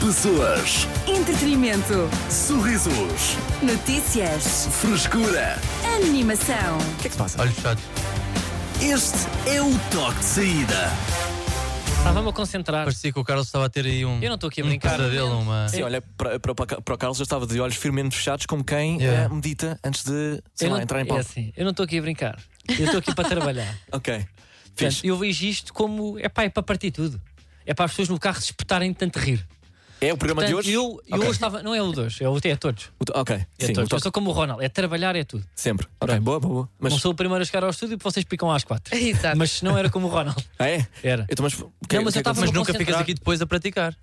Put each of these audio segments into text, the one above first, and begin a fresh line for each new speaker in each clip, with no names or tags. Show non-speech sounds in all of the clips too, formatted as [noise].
Pessoas,
Entretenimento.
sorrisos,
Notícias.
frescura.
Animação.
O que é que se passa?
Olhos fechados.
Este é o toque de saída.
Estava-me a concentrar.
Parecia que o Carlos estava a ter aí um.
Eu não estou aqui a
um
brincar.
pesadelo, uma.
Sim, olha, para, para, para o Carlos eu estava de olhos firmemente fechados, como quem
Yeah.
eh, medita antes de sei
eu
lá,
não-
entrar em
é
palco.
assim, eu não estou aqui a brincar. Eu estou aqui para
[laughs]
trabalhar.
Ok.
Portanto,
Fiz.
eu vejo isto como. É pá, é para partir tudo. É para as pessoas no carro se espetarem de tanto rir.
É o programa
Portanto,
de hoje?
eu, eu
Ok.
hoje estava. Não é o de hoje, é o é todos.
O to- Ok,
É
sim, o
todos. Eu
toque
sou como o Ronald, é trabalhar, é tudo.
sempre. Ok, boa, boa, boa. Mas
Não sou o primeiro a chegar ao estúdio porque vocês picam às quatro.
Exato.
Mas se não era como o Ronald.
Ah, é?
Era.
Então, mas, o que-
Não, mas
o que
eu
é que
estava-
Mas
aconteceu?
nunca ficas
concentrar.
aqui depois a praticar.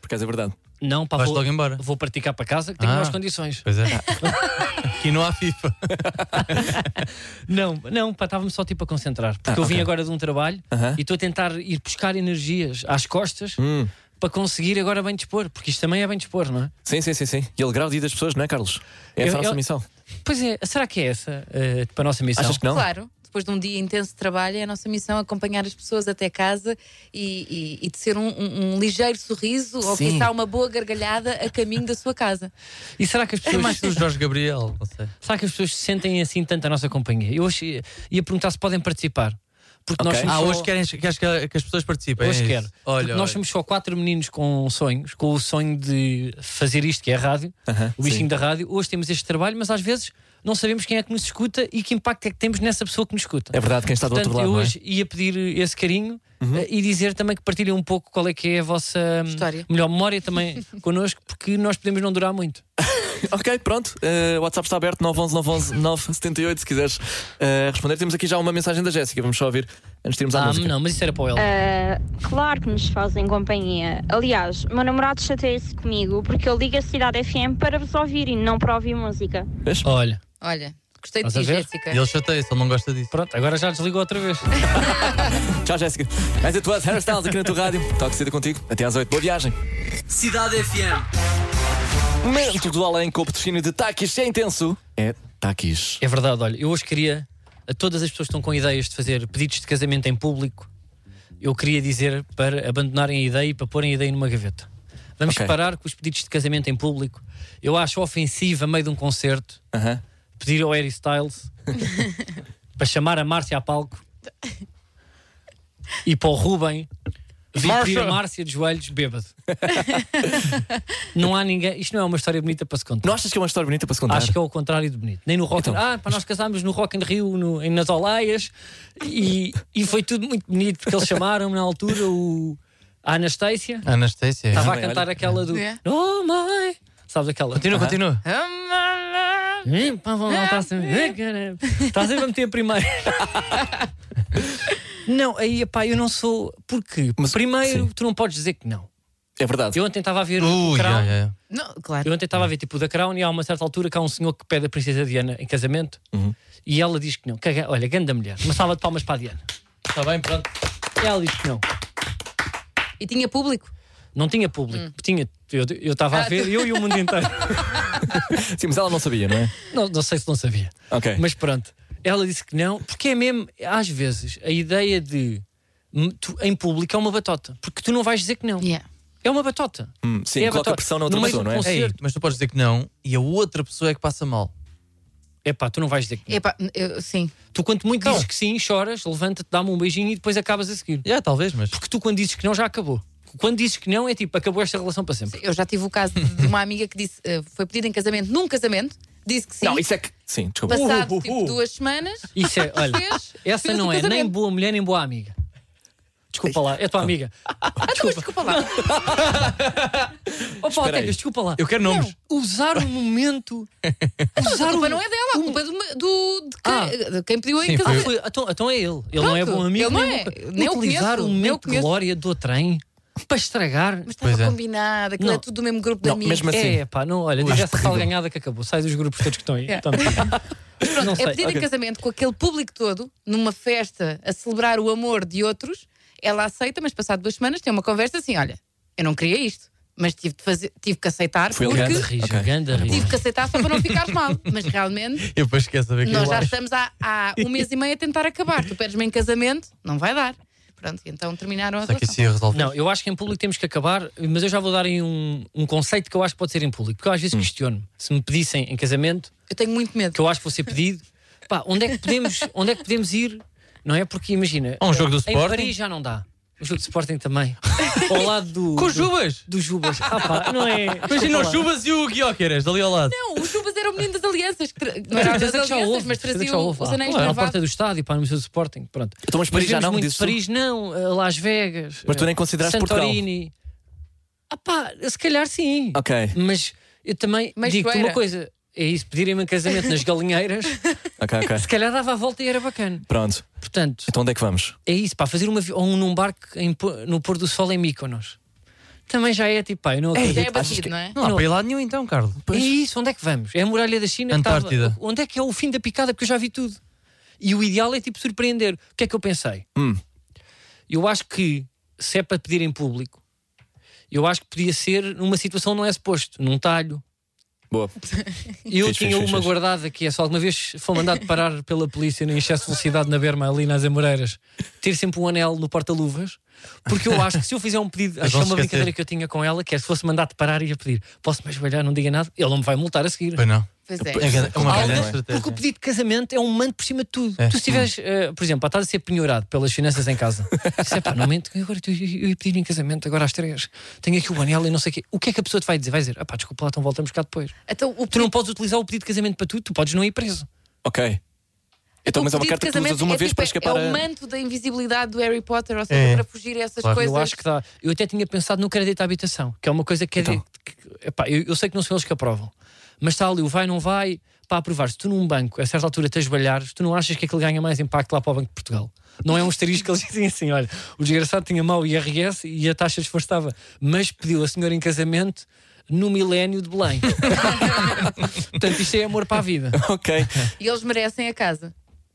Por acaso é verdade.
Não, pá,
Vais
vou,
logo embora.
vou praticar para casa que tenho
Ah.
melhores condições.
Pois é. [laughs] Aqui não há FIFA.
Não, não, pá, estava-me só tipo a concentrar. Porque eu vim agora de um trabalho
Ah, Aham.
e estou a tentar ir buscar energias às costas
Hum.
para conseguir agora bem dispor, porque isto também é bem dispor, não é?
Sim, sim, sim, sim. E alegrar o dia das pessoas, não é, Carlos? É essa
Eu-
a nossa
eu-
missão.
Pois é, será que é essa eh, para a nossa missão?
Achas que não?
Claro, depois de um dia intenso de trabalho, é a nossa missão acompanhar as pessoas até casa e, e, e de ser um, um- um ligeiro sorriso ou
Sim.
quizá uma boa gargalhada a caminho da sua casa.
E será que as
É
pessoas. [laughs]
mais que o Jorge Gabriel, não sei.
Será que as pessoas sentem assim tanto a nossa companhia? Eu hoje ia- ia perguntar se podem participar. Porque nós
Ok.
somos
Ah,
só-
hoje queres queres que, que as pessoas participem.
Hoje
é isso?
quero.
Olha,
Porque nós
olha.
somos só quatro meninos com sonhos, com o sonho de fazer isto, que é a rádio,
Aham,
o bichinho
sim.
da rádio. Hoje temos este trabalho, mas às vezes não sabemos quem é que nos escuta e que impacto é que temos nessa pessoa que nos escuta.
É verdade, quem está do
Portanto,
outro lado,
eu
não é? Uhum.
hoje ia pedir esse carinho eh, e dizer também que partilhem um pouco qual é que é a vossa hum,
História.
melhor memória também connosco, porque nós podemos não durar muito.
[laughs] Ok, pronto. Eh, o WhatsApp está aberto, 911 911 978, se quiseres eh, responder. Temos aqui já uma mensagem da Jéssica, vamos só ouvir antes de irmos à
Ah,
Tá, música.
não, mas isso era para o Elder.
Ah, claro que nos fazem companhia. Aliás, meu namorado chateia-se comigo porque eu ligo a Cidade FM para vos ouvir e não para ouvir música.
Vês?
Olha,
Olha, gostei de
Estás a
ti,
ver?
Jéssica.
E ele chateia-se, ele não gosta disso.
pronto, agora já desligou outra vez.
Tchau, Jéssica. Mas a tua Harry Styles aqui na tua rádio. Toque cedo contigo. Até às 8. Boa viagem.
Cidade FM.
Momento do além com o patrocínio de Takis. É intenso. É Takis.
É verdade, olha, eu hoje queria a todas as pessoas que estão com ideias de fazer pedidos de casamento em público, eu queria dizer para abandonarem a ideia e para porem a ideia numa gaveta. Vamos
Ok.
parar com os pedidos de casamento em público. Eu acho ofensivo a meio de um concerto
Aham.
pedir ao Harry Styles para chamar a Márcia a palco e para o Ruben vir pedir a Márcia de joelhos bêbado. não há ninguém. Isto não é uma história bonita para se contar.
Não achas que é uma história bonita para se contar?
Acho que é o contrário de bonito. Nem no Rock
Então.
in... Ah, para nós casámos no Rock in Rio, no, em- nas Olaias, e, e foi tudo muito bonito, porque eles chamaram-me na altura o a Anastácia.
Tá Anastácia.
Estava a
bem,
cantar
olha.
aquela do
É.
Oh my! Sabes aquela?
Continua, continua.
Hum, pá, vão lá, tá a ser- Tá sempre a meter a primeira. Não, aí, pá, eu não sou. Porque,
Mas-
primeiro,
sim.
tu não podes dizer que não.
É verdade.
Eu ontem estava a ver o
Ui,
Crown,
ai, ai.
Não, claro.
Eu ontem estava a ver tipo o da Crown e há uma certa altura que há um senhor que pede a Princesa Diana em casamento e ela diz que não. Caga- olha, ganda mulher. Uma salva de palmas para a Diana. Tá
Está bem, pronto.
Ela diz que não.
E tinha público.
Não tinha público. Tinha, eu eu estava a
Hum. Ah,
ver,
tu-
eu e o mundo
[laughs]
inteiro.
Sim, mas ela não sabia, não é?
não, não sei se não sabia.
Ok.
Mas pronto. Ela disse que não, porque é mesmo, às vezes, a ideia de hum, tu, em público é uma batota. Porque tu não vais dizer que não.
Yeah.
É uma batota.
Hum, sim,
É
coloca
batota.
pressão na outra
No meio
pessoa,
do
não é?
concerto.
Ei, mas tu podes dizer que não e a outra pessoa é que passa mal.
É pá, tu não vais dizer que não.
Epá, eu- sim.
Tu, quanto muito
Então.
dizes que sim, choras, levanta-te, dá-me um beijinho e depois acabas a seguir.
Já, talvez, mas.
Porque tu, quando dizes que não, já acabou. Quando dizes que não, é tipo, acabou esta relação para sempre.
Eu já tive o caso de uma amiga que disse, eh, foi pedida em casamento, num casamento, disse que sim.
Não, isso é que. Sim, desculpa.
Passado
Uh, uh, uh.
tipo duas semanas,
Isso é, olha,
fez-
essa
fez
não
o
é nem
casamento.
boa mulher nem boa amiga. Desculpa lá,
Então,
é tua amiga.
Desculpa. Ah, então, desculpa lá.
Oh, Paulo
aí.
Tecas, desculpa lá.
Eu quero nomes.
Usar o
[laughs]
momento. um
Mas a culpa não é dela, a culpa é do, do- de, quem, de quem pediu
Sim,
em
foi-
Ah,
casamento.
foi- então, então é ele. Ele não é
Pronto,
bom amigo.
ele não
nem
é.
bom-
Nem o
Utilizar
conheço,
o
nem o
momento de
conheço.
glória do trem para estragar.
Mas
Pois
estava
é.
combinada, aquilo
Não.
é tudo do mesmo grupo de
Não,
amigos.
mesmo assim.
É, pá, não, olha, diz essa tal ganhada que acabou. Sai dos grupos todos que estão aí.
É.
Então, não
É
sei.
pedir em casamento com aquele público todo, numa festa, a celebrar o amor de outros, ela aceita, mas passado duas semanas tem uma conversa assim: olha, eu não queria isto, mas tive, de fazer, tive que aceitar
Foi
porque
elegante.
Ganda rija,
Ok.
ganda
tive
rija.
que aceitar só para não ficares mal. Mas
[laughs]
realmente,
Eu depois esqueço a ver é. que
nós
eu
já
acho.
estamos há, há um mês e meio a tentar acabar. Tu pedes-me em casamento, não vai dar. Pronto, e então terminaram a
Será que isso
relação.
assim,
ia resolver?
Não, eu acho que em público temos que acabar, mas eu já vou dar aí um, um conceito que eu acho que pode ser em público, porque eu às
Hum.
vezes questiono-me. Se me pedissem em casamento,
Eu tenho muito medo.
que eu acho que vou ser pedido, pá, onde é que
[laughs]
podemos, onde é que podemos ir? Não é? Porque imagina.
Há um jogo do
Em
Sporting?
Paris já não dá. O jogo de Sporting também.
[laughs]
ao lado do.
Com
do-
os Jubas!
Dos Jubas. Ah, pá, não é.
Imagina os
Desculpa lá.
Jubas e o Guióqueras ali ao lado.
Não, os Jubas eram o menino das alianças. Que tra... Não era das
Certeza é que já
alianças,
houve,
mas
certeza que
trazia
já
o-
houve Ah, lá.
os anéis
Claro, à
gravados.
porta do estádio, para no Museu do Sporting. Pronto.
Então, mas Paris já
vemos
não,
muito
dizes tu?
Paris não, eh, Las Vegas.
Mas tu nem
eh,
consideraste
Santorini. Ah, pá, se calhar sim.
Ok,
Mas eu também
Mas
digo-te
Joeira.
uma coisa: é isso, pedirem-me em casamento
[laughs]
nas galinheiras,
ok, ok.
[laughs] se calhar dava a volta e era bacana.
Pronto,
Portanto,
então onde é que vamos?
é isso, pá, fazer uma vi- ou um num barco em pô- no pôr do sol em Mykonos. Também já é tipo, pá, eu não acredito.
Já é batido, não é?
Não há para ir lá nenhum então, Carlos.
É isso, onde é que vamos? É a muralha da China? que
Antártida.
estava- onde é que é o fim da picada? Porque eu já vi tudo. E o ideal é tipo surpreender. O que é que eu pensei?
Hum.
Eu acho que se é para pedir em público, eu acho que podia ser numa situação não é suposto, num talho.
Boa.
Eu
Fixe,
tinha
fixe,
uma
fixe.
guardada que é só alguma vez foi mandado parar pela polícia em excesso de velocidade na Berma, ali nas Amoreiras, ter sempre um anel no porta-luvas, porque eu acho que se eu fizer um pedido, acho que é
vão-se
uma brincadeira
esquecer.
que eu tinha com ela, que é se fosse mandado parar e ia pedir, posso-me ajoelhar, não diga nada, ele não me vai multar a seguir.
Pois não.
Pois é.
É gana- é uma
Alguém-
grande estratégia.
Porque o pedido de casamento é um manto por cima de tudo.
É.
Tu se tiveres, eh, por exemplo, estás a ser penhorado pelas finanças em casa, disse, pá, não mente, agora eu, eu ia pedir em casamento, agora às três, tenho aqui o anel e não sei o quê. O que é que a pessoa te vai dizer? Vai dizer, ah pá, desculpa lá, então voltamos cá depois.
Então, o
Tu não podes utilizar o pedido de casamento para tudo, tu podes não ir preso.
Ok. Então,
Então,
mas é uma
pedido de
carta que tu
casamento
usas uma
é
vez
tipo-
para escapar
É o
a-
manto da invisibilidade do Harry Potter, ou seja,
É.
para fugir a essas
Claro.
coisas.
Eu acho que dá. Eu até tinha pensado no crédito à habitação, que é uma coisa que é. de- que- epá, eu, eu sei que não são eles que aprovam, mas está ali o vai, não vai, para aprovar. Se tu num banco, a certa altura, te esbalhares, tu não achas que aquilo ganha mais impacto lá para o Banco de Portugal? Não é um asterisco que [laughs] eles dizem assim: olha, o desgraçado tinha mau IRS e a taxa esforçava, mas pediu a senhora em casamento no milénio de Belém. Portanto, isto é amor para a vida.
[laughs] Ok.
E eles merecem a casa.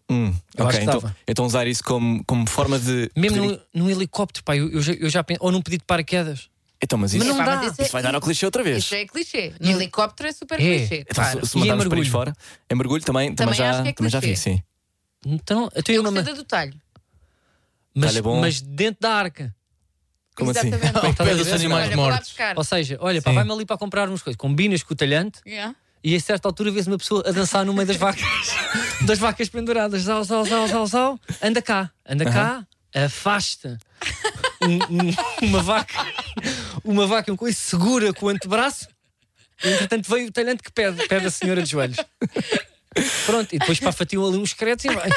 Hum,
Eu
ok,
acho que
então,
estava.
então usar isso como, como forma de.
Mesmo
pedir-
num, num helicóptero, pá, eu, eu já, eu já pen- ou num pedido de paraquedas.
Então, mas isso,
Mas não
Epá,
dá.
mas isso é-
isso vai dar ao clichê outra vez.
Isso é clichê. No helicóptero é super
É.
clichê.
Então,
Claro.
se- se
E em
mandarmos para
mergulho?
isso fora, em mergulho também, também,
Também
já,
acho que é
também já vi,
clichê.
sim.
Então, eu tenho
Eu
uma.
gostei da do talho.
Mas,
Calha bom.
mas dentro da arca.
Como assim?
Exatamente.
Ao
Estás a
pé
ver?
dos
Olha,
animais
vou lá
mortos.
buscar.
Ou seja, olha, pá,
Sim.
vai-me ali para comprar umas coisas. Combinas com o talhante
Yeah.
e a certa altura vês uma pessoa a dançar no meio das vacas, [laughs] das vacas penduradas. Zau, zau, zau, zau, zau. Anda cá, anda cá, afasta. Um- um- uma vaca, uma vaca, um coisa segura com o antebraço. E, entretanto, veio o talhante que pede, pede a senhora de joelhos. Pronto, e depois pá, fatiam ali uns credos e vai.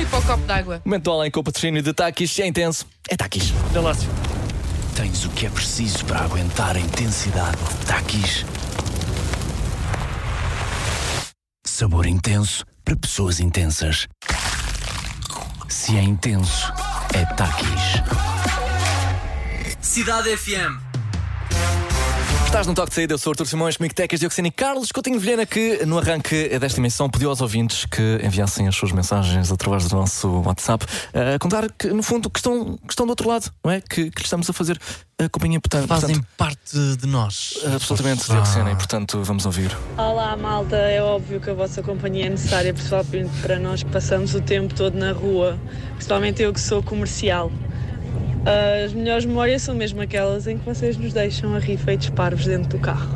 E para o copo d'água.
Momento do além com o patrocínio de Takis, é intenso. É Takis.
Olha lá, senhor.
Tens o que é preciso para aguentar a intensidade. Takis. Sabor intenso para pessoas intensas. Se é intenso, é Takis.
Cidade FM.
Estás no toque de saída, eu sou o Artur Simões, comigo Tecas Dioxina e Carlos Coutinho Vilhena, que no arranque desta emissão pediu aos ouvintes que enviassem as suas mensagens através do nosso WhatsApp, eh, a contar que, no fundo, que estão, que estão do outro lado, não é? Que, que lhe estamos a fazer a companhia, portanto.
Fazem
portanto,
parte de nós.
Absolutamente,
Ah.
Dioxina,
né?
e portanto vamos ouvir.
Olá malta, é óbvio que a vossa companhia é necessária, principalmente para nós que passamos o tempo todo na rua, principalmente eu que sou comercial. As melhores memórias são mesmo aquelas em que vocês nos deixam a rir feitos parvos dentro do carro.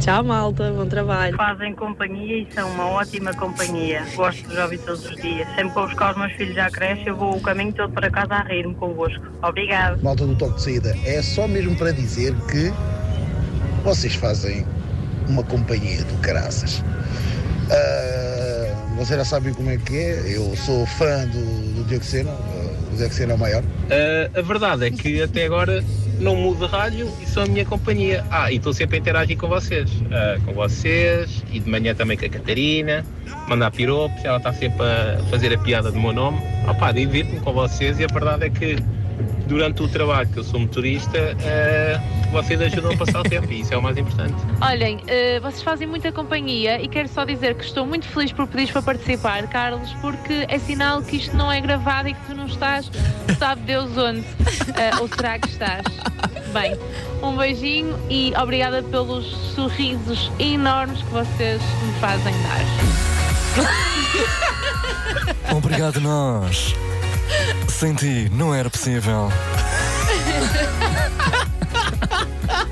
Tchau malta, bom trabalho.
fazem companhia e são uma ótima companhia. Gosto de os ouvir todos os dias. Sempre vou buscar os meus filhos à creche, eu vou o caminho todo para casa a rir-me convosco. Obrigada.
malta do toque de saída, é só mesmo para dizer que vocês fazem uma companhia do caraças. Ah, vocês já sabem como é que é, eu sou fã do, do Diogo Sena, ah, o Diogo Sena é o maior.
Ah, a verdade é que até agora não mudo de rádio e sou a minha companhia. Ah, e estou sempre a interagir com vocês. Ah, com vocês e de manhã também com a Catarina. Mandar piropos, ela está sempre a fazer a piada do meu nome. Opá, divirto-me com vocês e a verdade é que durante o trabalho, que eu sou motorista, ah, vocês ajudam a passar o tempo e isso é o mais importante.
Olhem, eh, vocês fazem muita companhia e quero só dizer que estou muito feliz por pedires para participar, Carlos, porque é sinal que isto não é gravado e que tu não estás, sabe Deus onde. Eh, ou será que estás? Bem, um beijinho e obrigada pelos sorrisos enormes que vocês me fazem dar.
Obrigado, nós. Sem ti não era possível.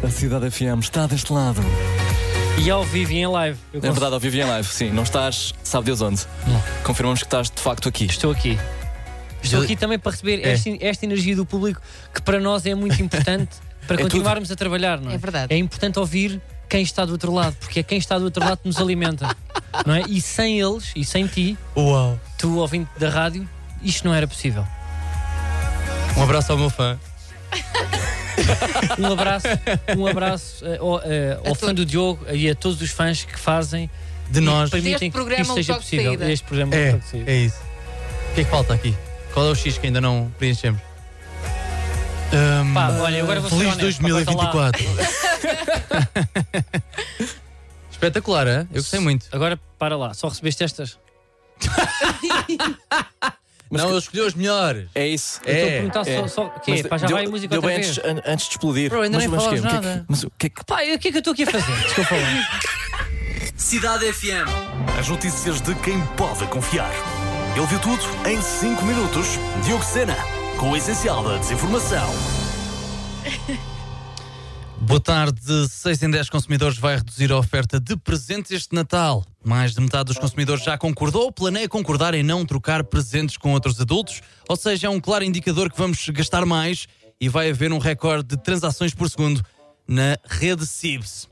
A cidade FM está deste lado.
E ao vivo e em live. Eu
É verdade, ao vivo e em live, sim. Não estás, sabe Deus onde. Confirmamos que estás de facto aqui.
Estou aqui. Estou aqui também para receber
É.
esta, esta energia do público que para nós é muito importante para
É tudo.
continuarmos a trabalhar, não é?
É verdade.
É importante ouvir quem está do outro lado, porque é quem está do outro lado que nos alimenta, não é? E sem eles e sem ti,
Uau.
tu ouvinte da rádio, isto não era possível.
Um abraço ao meu fã.
Um abraço, um abraço eh, ao, eh, ao fã do Diogo e a todos os fãs que fazem
De
e
nós.
que permitem
Deste
que
programa,
isto
o
seja
toque de
possível.
saída.
Este programa é o
É,
toque de saída.
é isso. O que é que falta aqui? Qual é o X que ainda não preenchemos? Ahm,
Pá, olha, agora vou ser
Feliz
honesto,
2024.
[laughs]
Espetacular, é? Eu gostei muito.
Agora para lá, só recebeste estas?
não, ele escolheu as melhores.
É isso.
Eu Estou a
É.
perguntar só,
é.
só o quê?
Mas
Pá, já
deu,
vai a música
deu
outra
bem
vez?
antes, an- antes de explodir.
Bro, ainda
mas,
nem
mas, o quê?
falas
O que é que-
nada.
mas o que é que.
Pá, e o que é que eu estou aqui a fazer? Desculpa lá.
Cidade FM. As notícias de quem pode confiar. Ele viu tudo em 5 minutos. Diogo Sena, com o essencial da desinformação.
Boa tarde. 6 em 10 consumidores vai reduzir a oferta de presentes este Natal. Mais de metade dos consumidores já concordou ou planeia concordar em não trocar presentes com outros adultos, ou seja, é um claro indicador que vamos gastar mais e vai haver um recorde de transações por segundo na rede Cibs.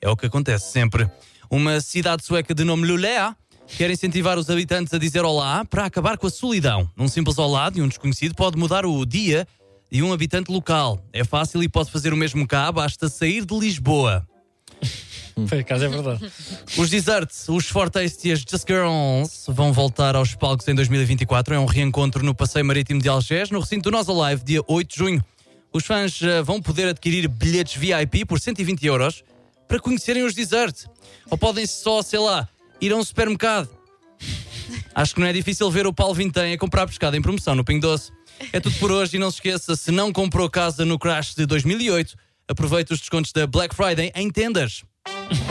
É o que acontece sempre. Uma cidade sueca de nome Luleå quer incentivar os habitantes a dizer olá para acabar com a solidão. Um simples olá de um desconhecido pode mudar o dia de um habitante local. É fácil e pode fazer o mesmo cá, basta sair de Lisboa.
Foi, caso é verdade.
Os Desert, os Fortaste e as Just Girls vão voltar aos palcos em 2024. É um reencontro no Passeio Marítimo de Algés, no recinto do Nós Alive, dia 8 de junho. Os fãs eh, vão poder adquirir bilhetes VIP por 120 euros para conhecerem os Desert. Ou podem só, sei lá, ir a um supermercado. Acho que não é difícil ver o Paulo Vintém a comprar pescado em promoção no Pingo Doce. É tudo por hoje e não se esqueça, se não comprou casa no crash de 2008, aproveite os descontos da Black Friday em tendas.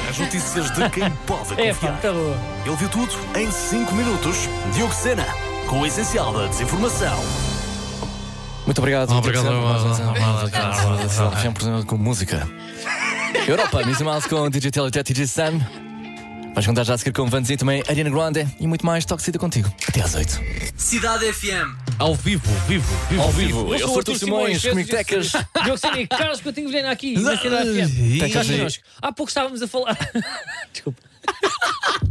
As notícias de quem pode
É, pá,
confiar.
tá boa.
Ele viu tudo em 5 minutos. Diogo Sena, com o essencial da desinformação.
Muito obrigado.
Obrigado,
Diogo Sena, por mais uma-
obrigado,
Obrigado,
obrigado.
obrigado. Cidade FM presente um com música. Europa, Missy Mouse com Digital e DJ Sam. Vais contar já a seguir com Vanzi também, Ariana Grande e muito mais. Toxida contigo. Até às 8.
Cidade FM.
Ao vivo, vivo, vivo,
Ao
vivo.
vivo, eu sou o Artur Simões, comigo tecas.
Diogo Sini, Carlos Coutinho Vilhena aqui na Cidade
Ai,
FM.
tecas
Estás
aí.
connosco. Há pouco estávamos a falar... Desculpa.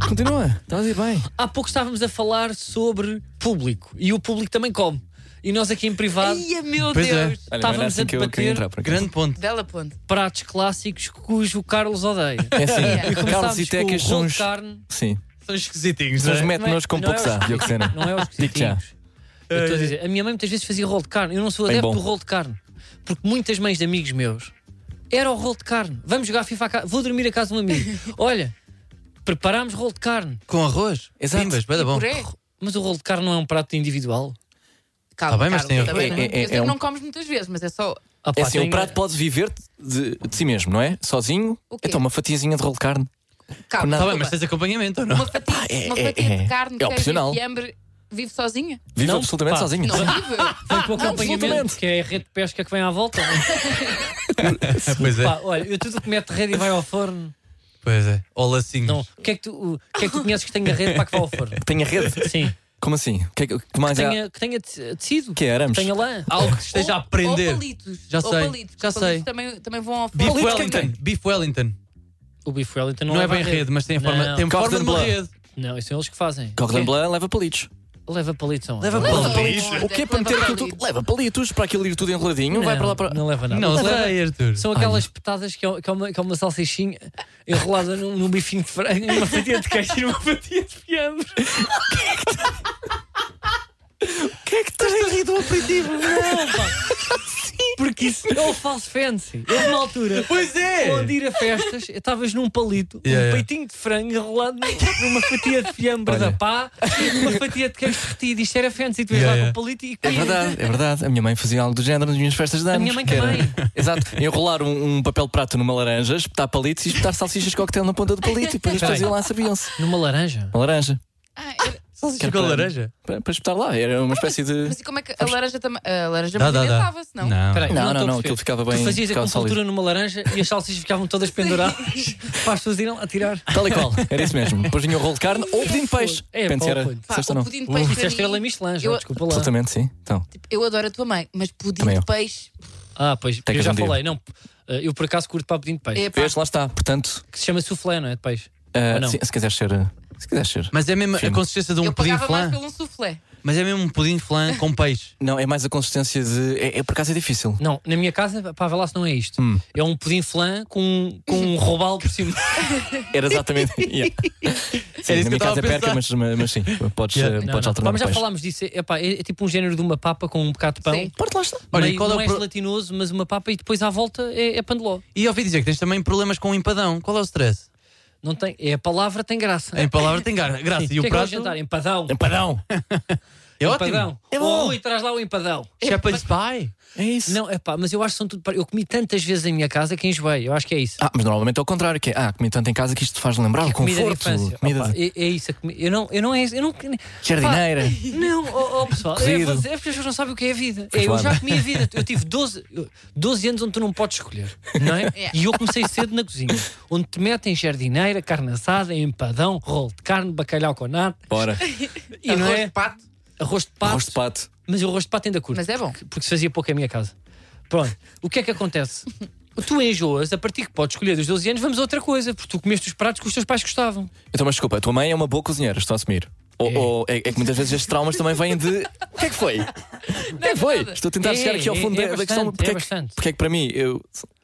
Continua, estás a ir bem.
Há pouco estávamos a falar sobre público. E o público também come. E nós aqui em privado
Ia, meu
Pois é.
Deus.
Olha, não era
Estávamos
assim
a
que eu queria
debater
entrar por acaso.
Grande ponto.
Bela ponte.
pratos clássicos cujo Carlos odeia.
É
[laughs]
Yeah.
assim, Carlos
Começámos
e
com
Tecas
o
são
rolo de
os.
carne.
Sim,
São esquisitinhos.
são os
Não é-
métodos com
não
pouco
é
sá,
os-
Diogo Sena.
Não é os
Digo já.
cozidos. Eu estou a dizer, a minha mãe muitas vezes fazia rolo de carne. Eu não sou
Bem
adepto
bom.
do rolo de carne. Porque muitas mães de amigos meus era o rolo de carne. Vamos jogar FIFA à ca... Vou dormir a casa de um
[laughs]
amigo. Olha, preparámos rolo de carne.
Com arroz?
Exato.
Pimbas, bem da bom.
Puré.
Mas o rolo de carne não é um prato individual.
Calma,
Tá bem, mas
Carlos,
tem-
também
é-
não-
é- é
Eu sei que
um-
não comes muitas vezes, mas é só.
Ah, pá,
É assim,
tem-
um prato pode viver de, de si mesmo, não é? Sozinho,
O quê?
então uma fatiazinha de rolo de carne.
Está
Calma,
Tá
desculpa.
bem, mas tens acompanhamento ou não?
Uma fatia,
é-
uma
é-
fatia
é-
de carne,
é
queijo
opcional.
e fiambre vive sozinha?
Vive
Não,
absolutamente
pá.
sozinho.
Não
[laughs]
vive.
Foi com o acompanhamento,
ah, absolutamente.
que é a rede de pesca que vem
[laughs]
à volta.
[laughs] pois é,
Pá, olha, eu tudo que mete rede e vai ao forno.
pois é. Ou lacinhos.
Não, o que é que tu, o, que é que tu conheces que tenha rede para que vá ao forno?
Tem a rede?
Sim,
Como assim? Que, que mais é?
tenha, que tenha te- tecido,
Que é Arames?
tenha lã. Ah,
Algo que esteja a aprender.
Ou palitos.
Já
ou
sei,
Palitos.
já
Os palitos
sei.
Também, também vão ao
Beef
forno.
Wellington. Beef Wellington.
O bife Wellington não,
Não, é
leva
bem rede, mas tem a
Não.
forma, tem
Cordon
forma de uma
bleu.
rede.
Não, isso são eles que fazem.
Cordon
Quem-
Bleu leva palitos.
Leva palitos aonde?
Leva
Leva
palitos.
palitos.
O que é para meter
Leva
aquilo tudo?
palitos.
Leva palitos para aquilo ir tudo enroladinho, vai para lá para.
Não leva nada.
Não
Leva-
sei, Arthur.
São aquelas petadas que é, que é uma, que é uma salsichinha enrolada num, num bifinho de frango, numa fatia de queijo e numa fatia de fiambre.
que é que estás a rir do aperitivo?
Porque isso é o falso fancy. Houve uma altura
Pois é!
onde ir a festas, estavas num palito,
Yeah,
um
yeah.
peitinho de frango enrolado num- numa fatia de fiambre
Olha.
da pá e uma fatia de queijo derretido. Isto era fancy. Tu ias
Yeah,
lá
yeah.
com o palito e
É
comias.
verdade, é verdade. A minha mãe fazia algo do género nas minhas festas de anos.
minha mãe
que era-
também.
Exato. Enrolar um, um papel de prato numa laranja, espetar palitos e espetar salsichas de coquetel na ponta do palito e depois as pessoas
Peraí.
iam lá sabiam-se.
Numa laranja.
Uma laranja.
Ah,
Salsicha com laranja?
Para, para espetar lá, era uma espécie de.
Mas e como é que a laranja também. A laranja
Dá, dá, dá.
movimentava-se, não?
Não, não,
estou a
não,
perceber.
aquilo ficava bem-
Tu fazias a
ficava sólido.
compultura numa laranja e as salsichas ficavam todas penduradas para as pessoas irem lá tirar.
Tal e qual, [laughs] era isso mesmo. Depois vinha o rolo de carne ou o pudim de peixe.
É,
Depende se
pá,
era
o pudim-
Pá,
sexta
o
ou não.
pudim
Uhum.
Tipo, de peixe
Isso
para
é estrela
mim-
Michelin, já,
eu-
desculpa lá.
Absolutamente, sim. Então,
Eu adoro a tua mãe, mas pudim
Também
de
eu.
peixe
Ah, pois,
Tem que
eu já
haver um
falei, não. eh, Eu por acaso curto para pudim de peixe,
é pá,
vês, lá está. Portanto,
que se chama soufflé, não é? De peixe.
ah,
Ou não?
sim, se quiseres ser. Se quiseres ser.
Mas é mesmo a
Fino.
consistência de um
Eu
pudim
pagava mais
flan.
pelo um soufflé.
Mas é mesmo um pudim flan com peixe.
Não, é mais a consistência de. É, é- por acaso é difícil.
Não, na minha casa, pá, vê lá se não é isto.
Hum.
É um pudim flan com, com um robalo por
[laughs]
cima.
Era exatamente. yeah. Sim,
Era isso que
na
eu
minha
estava
casa
a
é perca,
pensar.
mas, mas, mas sim, podes,
Yeah.
eh,
Não,
podes
não. Pá,
alternar
mas
o
já
peixe.
falámos disso, é, pá, é, é tipo um género de uma papa com um bocado de pão.
Sim.
Porto, lá está.
Olha,
Meio-
e qual é
não
o
é
pro-
gelatinoso, mas uma papa e depois à volta é, é pandeló.
E ouvi dizer que tens também problemas com o empadão. Qual é o stress?
Não tem, é a palavra tem graça.
Em palavra tem gra- graça.
Sim.
E
O
o
que é que vais
prato
jantar? Empadão.
Empadão!
é ótimo.
Empadão. É bom. Ui, traz lá o empadão.
Shepherd's pie.
É isso.
Não, é pá, mas eu acho que são tudo. pare- Eu comi tantas vezes em minha casa que enjoei. Eu acho que é isso. É
Ah, mas normalmente é o contrário, que é, ah, comi tanto em casa que isto te faz lembrar o
comida
Ah, conforto,
de infância.
comida
Opa,
de
é, é isso. a comi- Eu não, eu não é isso. Eu não,
jardineira.
Pá, não, ó, ó, pessoal, é,
Corrido.
você- é porque as pessoas não sabem o que é a vida. É, eu
Claro.
já comi a vida. Eu tive 12, eu- 12 anos onde tu não podes escolher, não é?
É.
E eu comecei cedo na cozinha, onde te metem jardineira, carne assada, empadão, rolo de carne, bacalhau com nata,
Bora.
e não
Arroz
é?
de pato.
Arroz de pato.
Arroz de pato.
Mas o arroz de pato ainda curto.
Mas é bom.
porque se fazia pouco em minha casa. Pronto, o que é que acontece? Tu enjoas, a partir que podes escolher dos 12 anos, vamos a outra coisa, porque tu comeste os pratos que os teus pais gostavam.
Então, mas desculpa, a tua mãe é uma boa cozinheira, estou a assumir. Ou, ou- é, é que muitas vezes estes traumas também vêm de. O que é que foi? O que é que foi? Estou a tentar
É,
chegar aqui ao
é-
fundo
é
da- da questão.
bastante,
porque
é
que-
bastante.
porque é que para mim, eu.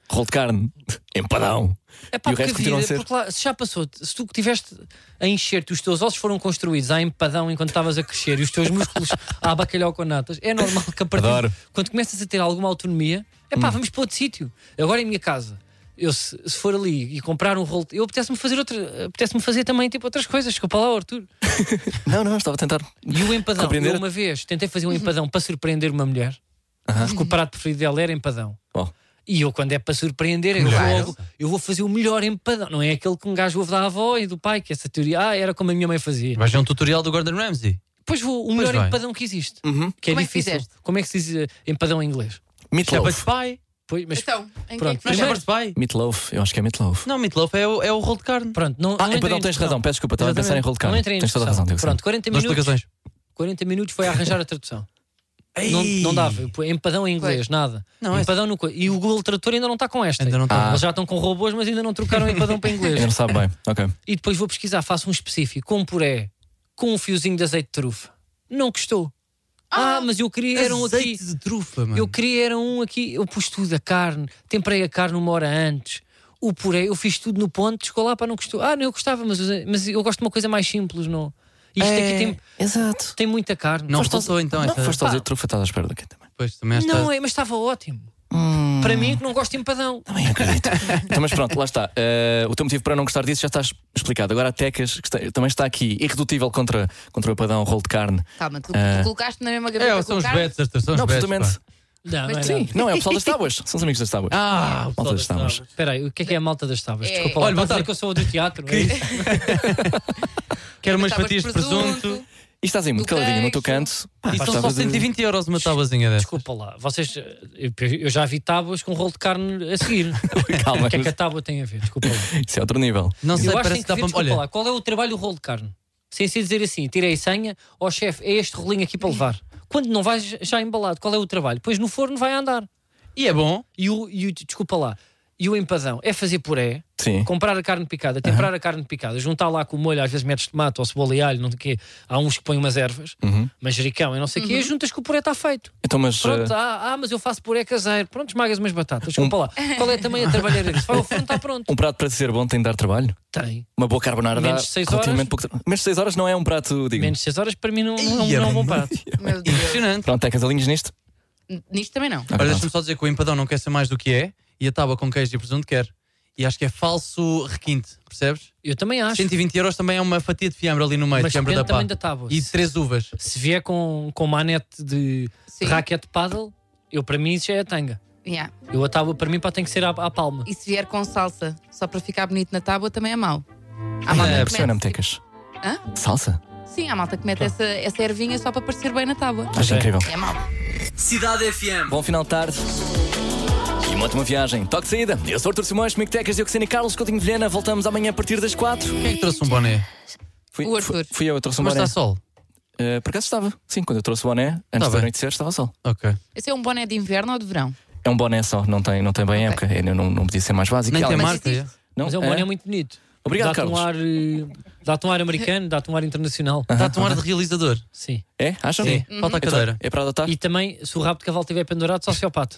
Rolo de carne, empadão.
É pá,
e o
porque a
resto continua a
vida,
ser.
porque lá, se já passou, se tu tiveste a encher-te, os teus ossos foram construídos a empadão enquanto estavas a crescer e os teus
[laughs]
músculos a bacalhau com natas, é normal que a partir
Adoro. Hum.
quando começas a ter alguma autonomia, é pá, vamos para outro sítio. Agora em minha casa, eu se, se for ali e comprar um rolo, eu apetece-me fazer outra, apetece-me fazer também tipo outras coisas, desculpa lá, Arthur.
Não, não, estava a tentar.
E o empadão,
Compreender?
eu uma vez tentei fazer um empadão para surpreender uma mulher, porque o prato preferido dela era empadão.
Ó.
E eu, quando é para surpreender, eu, vou, eu vou fazer o melhor empadão. Não é aquele que um gajo ouve da avó e do pai, que essa teoria, ah, era como a minha mãe fazia.
Vais ver um tutorial do Gordon Ramsay.
Pois vou, o melhor
vai.
empadão que existe. Que é
Como é que
difícil.
fizeste?
como é que se diz eh, empadão em inglês?
Shepherd's
Meatloaf.
pie.
Pois, mas,
Então, em que
Pronto,
é que
Não é
faz?
primeiro-
shepherd's pie?
Meatloaf, eu acho que é meatloaf.
Não, meatloaf é o, é o rolo de carne.
pronto, não,
Ah,
não entra
empadão,
em
tens
discussão.
razão, peço desculpa, estava a pensar em rolo de
Não
carne.
entra em
Tens toda a
discussão.
razão, Diogo Sena.
Pronto, 40
Duas
minutos.
explicações.
40 minutos foi a arranjar a tradução. não,
Ei!
não dava. Empadão em inglês, nada.
Não, é-
empadão no co- E o Google Tradutor ainda não está com esta.
Ainda não está. É.
Eles já estão com robôs, mas ainda não trocaram empadão para
[laughs]
inglês.
Ainda não sabe
[laughs]
bem, ok.
E depois vou pesquisar, faço um específico, com puré, com um fiozinho de azeite de trufa. Não gostou. Ah, mas eu queria era um aqui.
Azeite de trufa, mano.
Eu queria era um aqui. Eu pus tudo a carne, temperei a carne uma hora antes. O puré, eu fiz tudo no ponto, chegou lá para não gostou. Ah, não, eu gostava, mas, eu- mas eu gosto de uma coisa mais simples, não. Isto aqui tem,
Exato.
tem muita carne.
É. Não
Foste ao-
resultou então
Não,
essa.
foste fazer trufa, estás à espera daqui também.
Pois, também esta- Hum.
Não, é, mas estava ótimo. Para mim, que não gosto de empadão.
Também acredito. então, mas pronto, lá está. Eh, o teu motivo para não gostar disso já está explicado. Agora a Tecas, que está- também está aqui, irredutível contra, contra o empadão, o rolo de carne.
Calma, tu,
Ah.
tu colocaste na mesma gaveta
É,
com
são os
carne?
betos, estas são os
não,
betos,
absolutamente.
pá.
Não, não é
Sim,
nada.
não, é o pessoal das tábuas. São os amigos das tábuas.
Ah,
Malta das tábuas.
Espera aí, o que é que é a malta das tábuas?
É.
Desculpa lá,
Olha, boa
Olha, dizer
tarde.
que eu sou do teatro. é isso?
quero umas
Estavas
fatias de presunto.
E estás aí muito
Do
caladinho no teu
queixo.
canto. Pá,
E
faz
são só
tábuas de-
120 euros uma tabuazinha dessas.
Desculpa lá, vocês. eh, Eu eu já vi tábuas com rolo de carne a
[laughs]
seguir.
Calma,
[laughs] o que é que a tábua tem a ver? Desculpa lá.
isso é outro nível.
Não sei,
Eu acho que
parece
tem
que
que
dá
ver,
para.
desculpa lá,
Olha,
qual é o trabalho do rolo de carne? Sem ser dizer assim, tirei senha, ó chefe, é este rolinho aqui para levar. Quando não vais já embalado, qual é o trabalho? Pois no forno vai andar.
e é bom.
E o, e o- desculpa lá, e o empadão é fazer puré,
Sim.
comprar a carne picada, temperar a carne picada, juntar lá com o molho, às vezes metes tomate ou cebola e alho, não sei o quê. Há uns que põem umas ervas,
Uhum.
manjericão e não sei o quê, e juntas que o puré está feito.
Então, mas.
Pronto,
eh,
ah, ah, mas eu faço puré caseiro. Pronto, esmagas umas batatas.
Um
Desculpa lá. Qual é também a trabalhar disso? Vai ao forno, está pronto.
Um prato para ser bom tem de dar trabalho.
Tem.
Uma boa carbonara
Menos de
dá
seis
relativamente
horas.
pouco trabalho. Menos de 6 horas não é um prato digno.
Menos 6 horas para mim não, não,
Ia,
não é um bom
mano.
prato.
Meu Deus. [laughs]
Impressionante.
Pronto, Tecas, alinhos nisto?
Nisto também não.
Ok,
Olha,
pronto.
deixa-me só dizer que o empadão não quer ser mais do que é e a tábua com queijo e presunto quer. E acho que é falso requinte, percebes?
Eu também acho.
120 euros também é uma fatia de fiambre ali no meio,
mas
fiambre
depende
da pá.
também da tábua.
E
Se-
três uvas.
Se vier com, com manete de
Sim.
raquete paddle, eu para mim isso já é tanga.
Yeah.
Eu a tábua para mim pá, tem que ser à, à palma.
E se vier com salsa, só para ficar bonito na tábua, também é mau. Há
Ah,
malta que mete,
Impressiona-me, Tecas.
Hã?
Salsa?
Sim, há malta que
Tá.
mete essa, essa ervinha só para parecer bem na tábua.
Acho incrível.
É mau.
Cidade FM.
Bom final de tarde. E uma ótima viagem. Toque de saída. Eu sou o Artur Simões, Comigo Tecas, Dioxina e Carlos Coutinho de Vilhena. Voltamos amanhã a partir das 4.
Quem é que trouxe um boné?
Fui,
O Arthur.
fui- fui eu, eu trouxe um
Mas
boné.
está sol.
Eh, por acaso estava. Sim, quando eu trouxe o boné, antes
Tá
da
bem.
noite estava sol.
Ok.
Esse é um boné de inverno ou de verão?
É um boné só, não tem, não tem bem época. Eu não, não podia ser mais básico.
Nem
E
tem
além-
marca. é?
Não,
Mas é um
é?
boné muito bonito.
Obrigado,
dá-te um
Carlos.
ar, eh, Dá-te um ar americano, dá-te um ar internacional.
Dá-te um ar de realizador.
Sim.
É? Acham?
Sim. Falta a
Então,
cadeira.
É para adotar?
E também, se o rabo de cavalo estiver pendurado, sociopata.